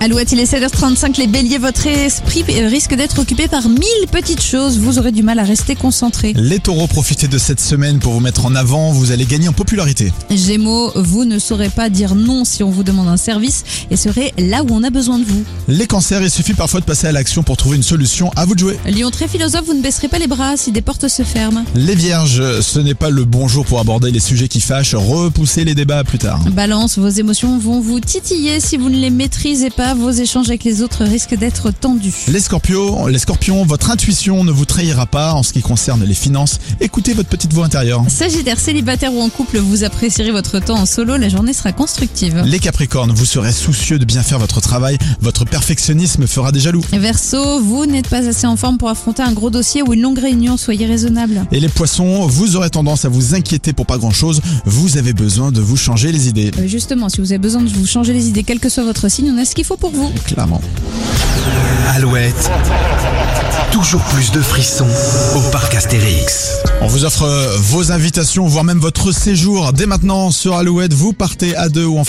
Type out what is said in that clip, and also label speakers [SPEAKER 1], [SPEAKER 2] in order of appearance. [SPEAKER 1] Alouette, il est 7h35, les béliers, votre esprit euh, risque d'être occupé par mille petites choses, vous aurez du mal à rester concentré.
[SPEAKER 2] Les taureaux, profitez de cette semaine pour vous mettre en avant, vous allez gagner en popularité.
[SPEAKER 1] Gémeaux, vous ne saurez pas dire non si on vous demande un service et serez là où on a besoin de vous.
[SPEAKER 2] Les cancers, il suffit parfois de passer à l'action pour trouver une solution, à vous de jouer.
[SPEAKER 1] Lion très philosophe, vous ne baisserez pas les bras si des portes se ferment.
[SPEAKER 2] Les vierges, ce n'est pas le bon jour pour aborder les sujets qui fâchent, repoussez les débats à plus tard.
[SPEAKER 1] Balance, vos émotions vont vous titiller si vous ne les maîtrisez pas, vos échanges avec les autres risquent d'être tendus.
[SPEAKER 2] Les scorpions, les scorpions, votre intuition ne vous trahira pas en ce qui concerne les finances, écoutez votre petite voix intérieure.
[SPEAKER 1] Sagittaire, célibataire ou en couple, vous apprécierez votre temps en solo, la journée sera constructive.
[SPEAKER 2] Les capricornes, vous serez soucieux de bien faire votre travail, votre perfectionnisme fera des jaloux.
[SPEAKER 1] Verseau, vous n'êtes pas assez en forme pour affronter un gros dossier ou une longue réunion, soyez raisonnable.
[SPEAKER 2] Et les poissons, vous aurez tendance à vous inquiéter pour pas grand chose, vous avez besoin de vous changer les idées.
[SPEAKER 1] Euh, Justement, si vous avez besoin de vous changer les idées, quel que soit votre signe, on a ce qu'il faut pour vous.
[SPEAKER 2] Clairement.
[SPEAKER 3] Alouette. Toujours plus de frissons au parc Astérix.
[SPEAKER 2] On vous offre euh, vos invitations, voire même votre séjour. Dès maintenant sur Alouette, vous partez à deux ou en